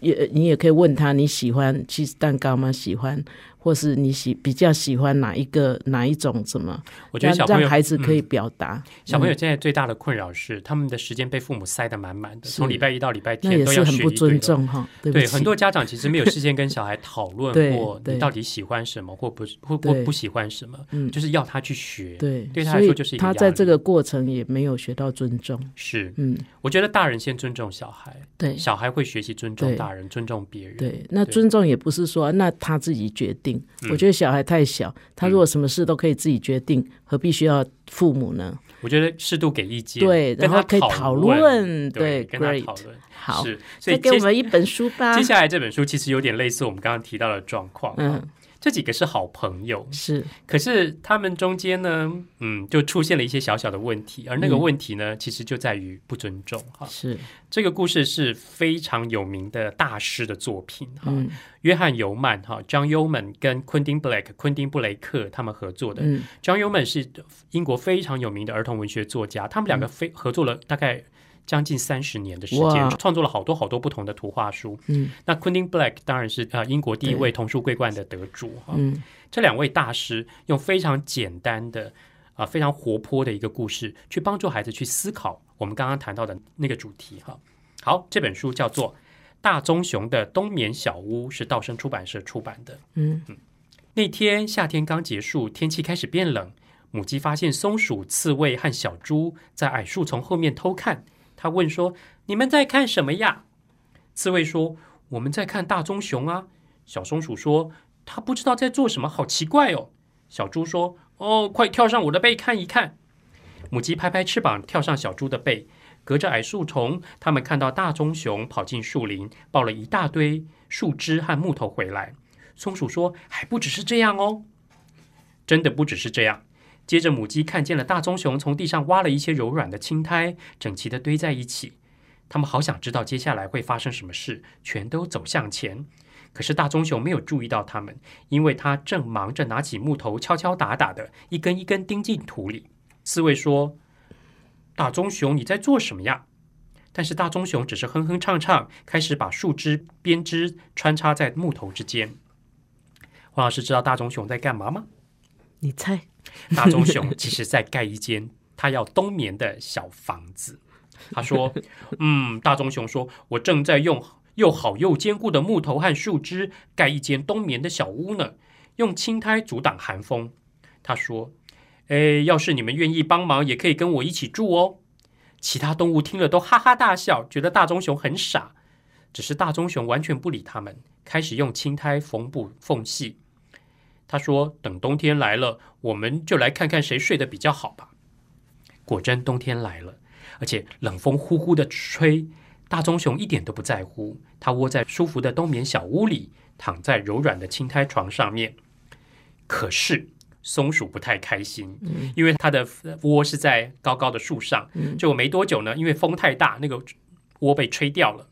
S2: 也你也可以问他你喜欢 cheese 蛋糕吗？喜欢，或是你喜比较喜欢哪一个哪一种什么？
S3: 我觉得小
S2: 让
S3: 朋友
S2: 让孩子可以
S3: 嗯
S2: 表达，
S3: 小朋友
S2: 嗯
S3: 现在最大的困扰是，他们的时间被父母塞得满满的，
S2: 是
S3: 从礼拜一到礼拜
S2: 那
S3: 天
S2: 也
S3: 都
S2: 是
S3: 要
S2: 很
S3: 学
S2: 不
S3: 一堆
S2: 尊
S3: 的。
S2: 重哈。对不
S3: 对，
S2: 起，
S3: 很多家长其实没有事先跟小孩讨 论
S2: 对
S3: 过你
S2: 对
S3: 到底喜欢什么或不或或
S2: 对
S3: 不喜欢什么，
S2: 嗯
S3: 就是要他去学。
S2: 对，
S3: 对他
S2: 所
S3: 来说
S2: 以
S3: 就是一个
S2: 他
S3: 压
S2: 在这
S3: 力
S2: 个过程也没有学到尊重。
S3: 是，
S2: 嗯，
S3: 我觉得大人先尊重小孩，
S2: 对，
S3: 小孩会学习尊重
S2: 对
S3: 大人，尊重别人。
S2: 对，那
S3: 对嗯
S2: 尊重也不是说那他自己决定。我觉得小孩太小，他如果什么事都可以自己决定，何必需要父母呢？
S3: 我觉得适度给意见，
S2: 对
S3: 跟
S2: 然后
S3: 他
S2: 可以
S3: 讨
S2: 讨
S3: 论，
S2: 论对
S3: 对，跟他
S2: ，great
S3: 讨论。
S2: 好，
S3: 是，
S2: 再
S3: 所以
S2: 给
S3: 接
S2: 我们一本书吧
S3: 接。下来这本书其实有点类似我们刚刚提到的状况。
S2: 嗯，
S3: 这几个是好朋友，
S2: 是
S3: 可是他们中间呢，嗯，就出现了一些小小的问题，而
S2: 嗯
S3: 那个问题呢，其实就在于不尊重哈。
S2: 是，
S3: 这个故事是非常有名的大师的作品哈，
S2: 嗯
S3: 约翰尤曼哈 （John Yeoman） 跟昆汀布莱克、昆汀布雷克他们合作的。
S2: 嗯嗯
S3: John Yeoman 是英国非常有名的儿童文学作家，他们两个非合作了大概将近三十年的时
S2: 哇
S3: 间，创作了好多好多不同的图画书。
S2: 嗯，
S3: 那 Quentin Black 当然是呃英国第一
S2: 对
S3: 位童书桂冠的得主哈。
S2: 嗯，
S3: 这两位大师用非常简单的啊、非常活泼的一个故事，去帮助孩子去思考我们刚刚谈到的那个主题哈。好，这本书叫做《大棕熊的冬眠小屋》，是道生出版社出版的。
S2: 嗯
S3: 那天夏天刚结束，天气开始变冷，母鸡发现松鼠、刺猬和小猪在矮树丛后面偷看。它问说：“你们在看什么呀？”刺猬说：“我们在看大棕熊啊。”小松鼠说：“它不知道在做什么，好奇怪哦。”小猪说：“哦，快跳上我的背看一看。”母鸡拍拍翅膀，跳上小猪的背。隔着矮树丛，他们看到大棕熊跑进树林，抱了一大堆树枝和木头回来。松鼠说：“还不只是这样哦，真的不只是这样。”接着，母鸡看见了大棕熊从地上挖了一些柔软的青苔，整齐的堆在一起。它们好想知道接下来会发生什么事，全都走向前。可是大棕熊没有注意到它们，因为它正忙着拿起木头敲敲打打的，一根一根钉进土里。刺猬说：“大棕熊，你在做什么呀？”但是大棕熊只是哼哼唱唱，开始把树枝编织穿插在木头之间。黄老师知道大棕熊在干嘛吗？
S2: 你猜
S3: 大棕熊其实在盖一间它要冬眠的小房子。他说：“嗯，大棕熊说，我正在用又好又坚固的木头和树枝盖一间冬眠的小屋呢，用青苔阻挡寒风。”他说：“哎，要是你们愿意帮忙，也可以跟我一起住哦。”其他动物听了都哈哈大笑，觉得大棕熊很傻。只是大棕熊完全不理他们，开始用青苔缝补缝隙。他说：“等冬天来了，我们就来看看谁睡得比较好吧。”果真，冬天来了，而且冷风呼呼的吹。大棕熊一点都不在乎，它窝在舒服的冬眠小屋里，躺在柔软的青苔床上面。可是，松鼠不太开心，因为它的窝是在高高的树上，结果没多久呢，因为风太大，那个窝被吹掉了。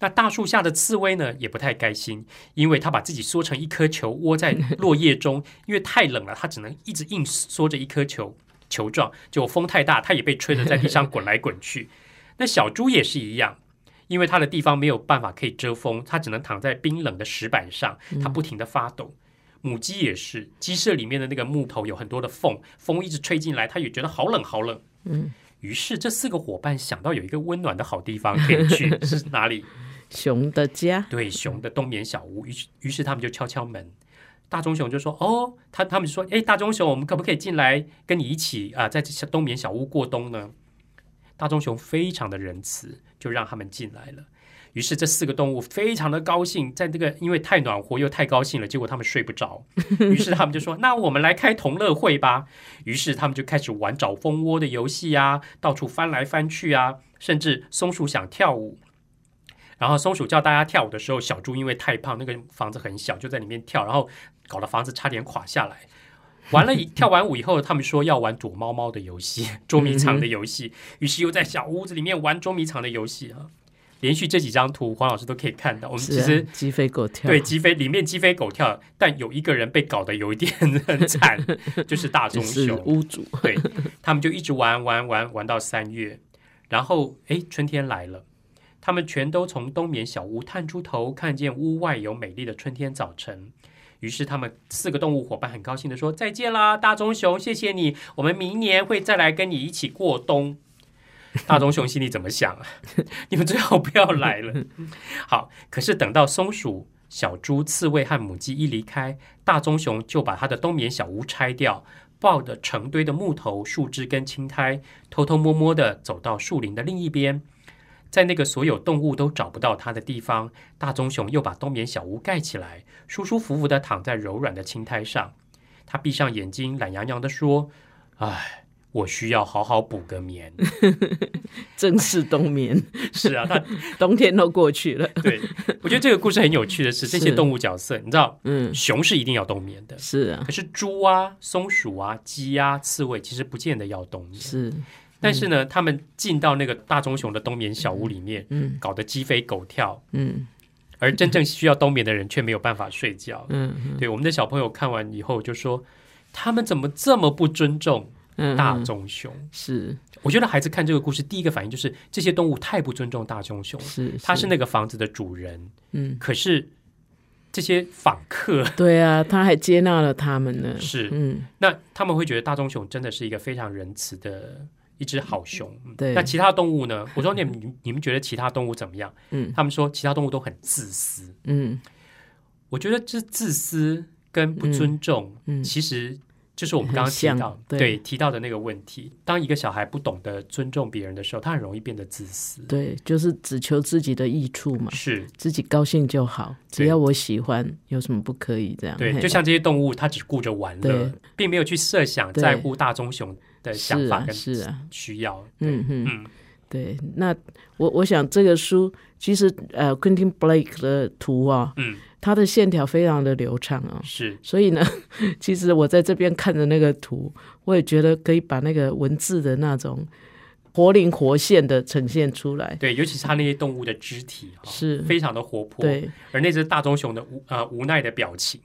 S3: 那大树下的刺猬呢，也不太开心，因为它把自己缩成一颗球，窝在落叶中， 因为太冷了，它只能一直硬缩着一颗球球状，结果风太大，它也被吹得在地上滚来滚去。 那小猪也是一样。因为它的地方没有办法可以遮风，它只能躺在冰冷的石板上，它不停的发抖。母鸡也是，鸡舍里面的那个木头有很多的缝，风一直吹进来，它也觉得好冷好冷。
S2: 嗯，
S3: 于是这四个伙伴想到有一个温暖的好地方可以去，是哪里？
S2: 熊的家，
S3: 对，熊的冬眠小屋。于是，于是他们就敲敲门。大棕熊就说：“哦，他他们就说，哎，大棕熊，我们可不可以进来跟你一起啊、在这小冬眠小屋过冬呢？”大棕熊非常的仁慈，就让他们进来了。于是这四个动物非常的高兴，在这个因为太暖和又太高兴了，结果他们睡不着。 于是他们就说：“那我们来开同乐会吧。”于是他们就开始玩找蜂窝的游戏啊，到处翻来翻去啊，甚至松鼠想跳舞，然后松鼠叫大家跳舞的时候，小猪因为太胖，那个房子很小，就在里面跳，然后搞得房子差点垮下来。玩了一跳完舞以后，他们说要玩躲猫猫的游 戏、捉迷藏的游戏，于是又在小屋子里面玩捉迷藏的游戏啊。连续这几张图，黄老师都可以看到，我们
S2: 是
S3: 其
S2: 啊
S3: 实
S2: 鸡飞狗跳，
S3: 对，鸡飞里面鸡飞狗跳，但有一个人被搞得有一点 很惨，就是大棕
S2: 就是
S3: 熊。
S2: 屋主，
S3: 对他们就一直玩玩玩玩到三月，然后哎，春天来了，他们全都从冬眠小屋探出头，看见屋外有美丽的春天早晨。于是他们四个动物伙伴很高兴的说：“再见啦，大棕熊，谢谢你，我们明年会再来跟你一起过冬。” 大棕熊心里怎么想啊？ 你们最好不要来了。好，可是等到松鼠、小猪、刺猬和母鸡一离开，大棕熊就把它的冬眠小屋拆掉，抱着成堆的木头、树枝跟青苔，偷偷摸摸的走到树林的另一边，在那个所有动物都找不到它的地方，大棕熊又把冬眠小屋盖起来，舒舒服服的躺在柔软的青苔上。它闭上眼睛，懒洋洋的说：“唉，我需要好好补个眠。
S2: 正是冬 眠，”
S3: 是啊，它
S2: 冬天都过去了，
S3: 对我觉得这个故事很有趣的是，这些
S2: 是
S3: 动物角色，你知道，
S2: 嗯，
S3: 熊是一定要冬眠的，
S2: 是啊，
S3: 可是猪啊、松鼠啊、鸡啊、刺猬其实不见得要冬眠。
S2: 是，
S3: 但是呢，他们进到那个大棕熊的冬眠小屋里面，
S2: 嗯
S3: 搞得鸡飞狗跳，
S2: 嗯
S3: 而真正需要冬眠的人却没有办法睡觉。
S2: 嗯，
S3: 对我们的小朋友看完以后就说，他们怎么这么不尊重
S2: 嗯
S3: 大棕熊。
S2: 是
S3: 我觉得孩子看这个故事，第一个反应就是这些动物太不尊重大棕熊了，
S2: 是，
S3: 它是那个房子的主人，
S2: 嗯，
S3: 可是这些访客
S2: 对啊，他还接纳了他们呢。
S3: 是，
S2: 嗯，
S3: 那他们会觉得大棕熊真的是一个非常仁慈的一只好熊。嗯
S2: 对
S3: 那其他动物呢？我说你们 你们觉得其他动物怎么样？
S2: 嗯
S3: 他们说其他动物都很自私。
S2: 嗯，
S3: 我觉得这自私跟不尊重，
S2: 嗯嗯
S3: 其实就是我们刚刚
S2: 很
S3: 提
S2: 像
S3: 到
S2: 对
S3: 提到的那个问题。当一个小孩不懂得尊重别人的时候，他很容易变得自私。
S2: 对，就是只求自己的益处嘛，
S3: 是
S2: 自己高兴就好，只
S3: 对
S2: 要我喜欢，有什么不可以这样？
S3: 对，
S2: 嘿
S3: 就像这些动物，它只顾着玩乐
S2: 对，
S3: 并没有去设想
S2: 对
S3: 在乎大棕熊的想
S2: 是
S3: 法
S2: 啊
S3: 跟
S2: 是啊，
S3: 需要。对
S2: 嗯嗯。
S3: 嗯，
S2: 对，那我我想这个书其实呃，Quentin Blake 的图啊，
S3: 嗯，
S2: 它的线条非常的流畅啊、
S3: 是
S2: 所以呢， 其实我在这边看着那个图，我也觉得可以把那个文字的那种活灵活现的呈现出来。
S3: 对，尤其是它那些动物的肢体哈，
S2: 是
S3: 非常的活泼。，
S2: 对
S3: 而那只大棕熊的无呃无奈的表情，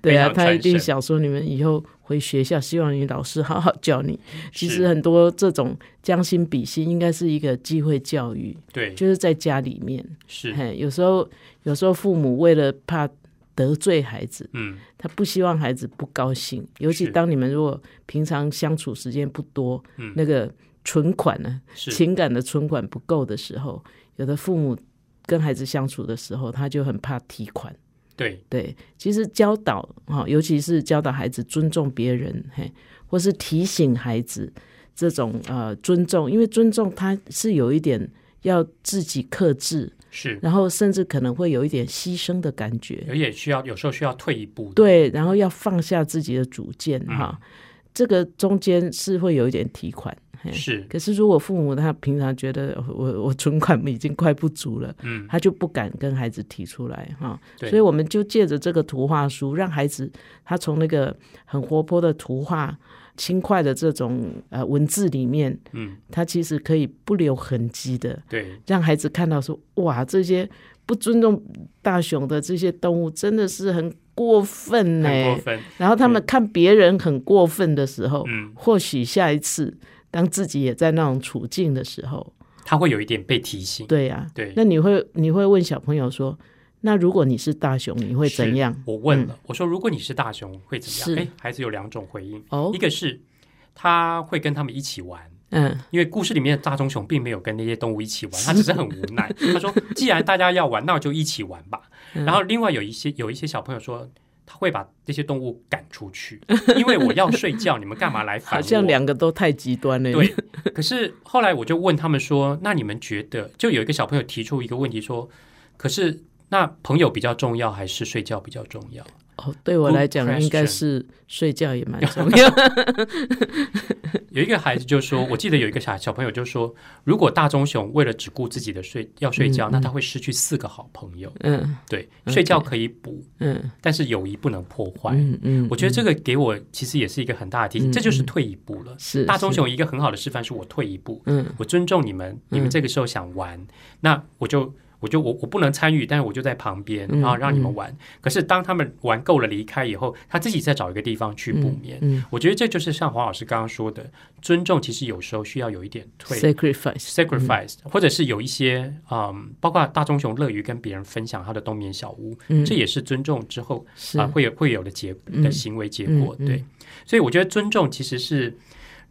S2: 对啊，
S3: 非常传
S2: 他一定
S3: 神
S2: 想说你们以后回学校，希望你老师好好教 你。其
S3: 是
S2: 实很多这种将心比心，应该是一个机会教育，
S3: 对，
S2: 就是在家里面。
S3: 是
S2: 嘿，有时候有时候父母为了怕得罪孩子，
S3: 嗯，
S2: 他不希望孩子不高兴，尤其
S3: 是
S2: 当你们如果平常相处时间不多，
S3: 嗯
S2: 那个存款呢，
S3: 是
S2: 情感的存款不够的时候，有的父母跟孩子相处的时候，他就很怕提款。
S3: 对，
S2: 对，其实教导哈，尤其是教导孩子尊重别人，嘿，或是提醒孩子这种呃尊重，因为尊重它是有一点要自己克制，
S3: 是，
S2: 然后甚至可能会有一点牺牲的感觉，
S3: 而且需要有时候需要退一步的。
S2: 对，然后要放下自己的主见哈，这个中间是会有一点提款。嘿
S3: 是，
S2: 可是如果父母他平常觉得呃我我存款已经快不足了，
S3: 嗯，
S2: 他就不敢跟孩子提出来哈，
S3: 对
S2: 所以我们就借着这个图画书，让孩子他从那个很活泼的图画、轻快的这种呃文字里面，
S3: 嗯，
S2: 他其实可以不留痕迹的
S3: 对，
S2: 让孩子看到说，哇，这些不尊重大熊的这些动物真的是很过分呢、
S3: 很过分，
S2: 然后他们看别人很过分的时候，
S3: 嗯
S2: 或许下一次当自己也在那种处境的时候，
S3: 他会有一点被提醒。
S2: 对呀、
S3: 对
S2: 那你会你会问小朋友说，那如果你是大熊，你会
S3: 是
S2: 怎样？嗯
S3: 我问了，我说如果你是大熊会怎么
S2: 是
S3: 样？哎，孩子有两种回应，
S2: 哦
S3: 一，个是他会跟他们一起玩。
S2: 嗯，
S3: 因为故事里面的大棕熊并没有跟那些动物一 起玩，他只是很无奈。他说：“既然大家要玩，那我就一起玩吧。”
S2: 嗯
S3: 然后另外有一些有一些小朋友说，他会把这些动物赶出去，因为我要睡觉，你们干嘛来烦我？
S2: 好像两个都太极端了。
S3: 对，可是后来我就问他们说：“那你们觉得？”就有一个小朋友提出一个问题说：“可是那朋友比较重要，还是睡觉比较重要
S2: 哦，对我
S3: Good
S2: 来讲
S3: question
S2: 应该是睡觉也蛮重 要。？”
S3: 有一个孩子就说：“我记得有一个小小朋友就说，如果大棕熊为了只顾自己的睡要睡觉，那他会失去四个好朋友。
S2: 嗯
S3: 对，睡觉可以补，
S2: 嗯
S3: 但是友谊不能破坏。
S2: 嗯嗯，
S3: 我觉得这个给我其实也是一个很大的提醒，
S2: 嗯
S3: 这就是退一步了。
S2: 是
S3: 大棕熊一个很好的示范，是我退一步，
S2: 嗯，
S3: 我尊重你们，你们这个时候想玩，那我就我就我我不能参与，但是我就在旁边，
S2: 嗯
S3: 然后让你们玩。可是当他们玩够了离开以后，他自己再找一个地方去补眠。
S2: 嗯
S3: 我觉得这就是像黄老师刚刚说的，尊重其实有时候需要有一点退
S2: sacrifice
S3: sacrifice，、
S2: 嗯
S3: 或者是有一些嗯，包括大棕熊乐于跟别人分享他的冬眠小屋，
S2: 嗯
S3: 这也是尊重之后
S2: 是
S3: 啊、会有会有的结的行为结果。
S2: 嗯嗯
S3: 对，所以我觉得尊重其实是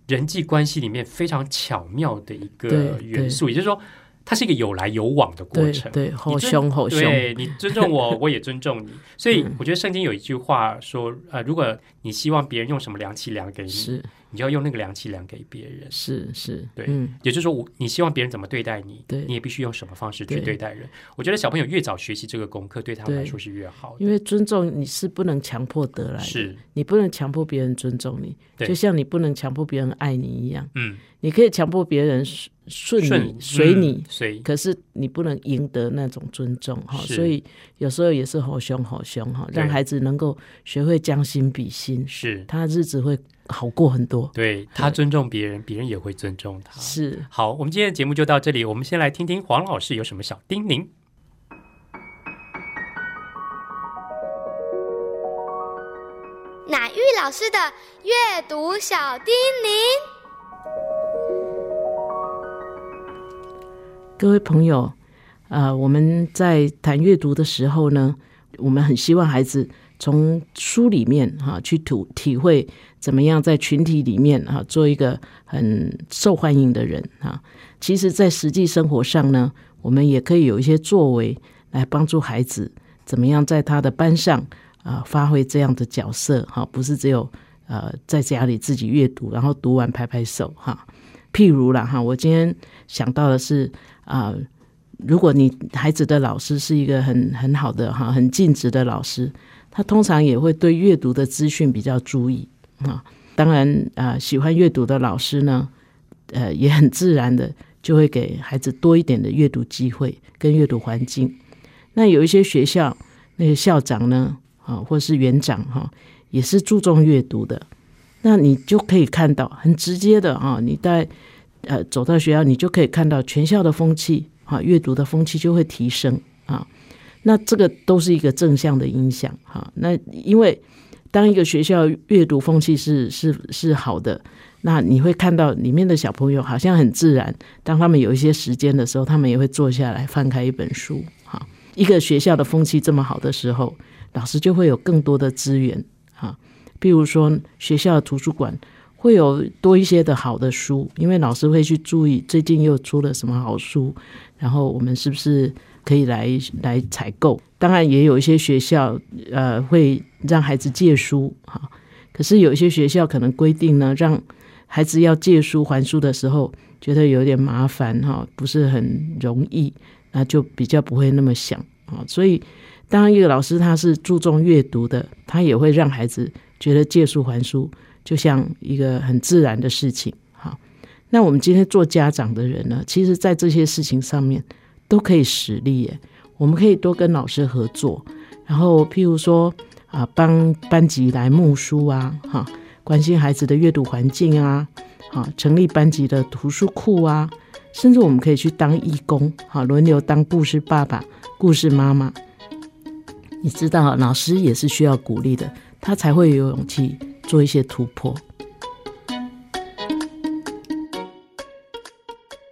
S3: 人际关系里面非常巧妙的一个
S2: 对
S3: 元素，也就是说，它是一个有来有往的过
S2: 对
S3: 程。
S2: 对，好
S3: 你尊
S2: 凶好凶，
S3: 对你尊重 我，我也尊重你。所以
S2: 嗯
S3: 我觉得圣经有一句话说，呃，如果你希望别人用什么量器量给你，
S2: 是
S3: 你就要用那个量器量给别人。
S2: 是是，
S3: 对
S2: 嗯
S3: 也就是说，我你希望别人怎么对待你，
S2: 对
S3: 你也必须用什么方式去
S2: 对
S3: 对待人。我觉得小朋友越早学习这个功课，对他们
S2: 对
S3: 来说是越好
S2: 因
S3: 的。
S2: 为尊重你是不能强迫得来的，
S3: 是，
S2: 你不能强迫别人尊重你，
S3: 对
S2: 就像你不能强迫别人爱你一样，
S3: 嗯，
S2: 你可以强迫别人顺顺你随
S3: 嗯
S2: 你，
S3: 随
S2: 可是你不能赢得那种尊重哈，
S3: 是
S2: 所以有时候也是好凶好凶哈，
S3: 对
S2: 让孩子能够学会将心比心，
S3: 是
S2: 他日子会好过很多。
S3: 对他尊重别人，别人也会尊重他。
S2: 是，
S3: 好，我们今天的节目就到这里，我们先来听听黄老师有什么小叮咛。
S5: 乃遇老师的阅读小叮咛。
S2: 各位朋友，呃，我们在谈阅读的时候呢，我们很希望孩子从书里面哈、去吐体会怎么样在群体里面哈、做一个很受欢迎的人哈、其实，在实际生活上呢，我们也可以有一些作为来帮助孩子怎么样在他的班上啊、发挥这样的角色哈、不是只有呃在家里自己阅读，然后读完拍拍手哈、譬如啦哈，我今天想到的是啊、如果你孩子的老师是一个很很好的哈、很尽职的老师，他通常也会对阅读的资讯比较注意啊。当然啊、喜欢阅读的老师呢，呃，也很自然的就会给孩子多一点的阅读机会跟阅读环境。那有一些学校那些校长呢，啊，或是园长哈、也是注重阅读的。那你就可以看到很直接的啊，你在呃走到学校，你就可以看到全校的风气啊，阅读的风气就会提升啊。那这个都是一个正向的影响哈、啊。那因为当一个学校阅读风气是是是好的，那你会看到里面的小朋友好像很自然，当他们有一些时间的时候，他们也会坐下来翻开一本书哈、啊。一个学校的风气这么好的时候，老师就会有更多的资源哈。啊比如说学校的图书馆会有多一些的好的书，因为老师会去注意最近又出了什么好书，然后我们是不是可以来来采购？当然也有一些学校呃会让孩子借书哈，可是有一些学校可能规定呢，让孩子要借书还书的时候，觉得有点麻烦哈，不是很容易，那就比较不会那么想啊。所以，当一个老师他是注重阅读的，他也会让孩子觉得借书还书就像一个很自然的事情。好，那我们今天做家长的人呢，其实在这些事情上面都可以实力耶。我们可以多跟老师合作，然后譬如说啊，帮班级来募书啊，哈、关心孩子的阅读环境啊，啊，成立班级的图书库啊，甚至我们可以去当义工，啊，轮流当故事爸爸、故事妈妈。你知道，老师也是需要鼓励的，他才会有勇气做一些突破。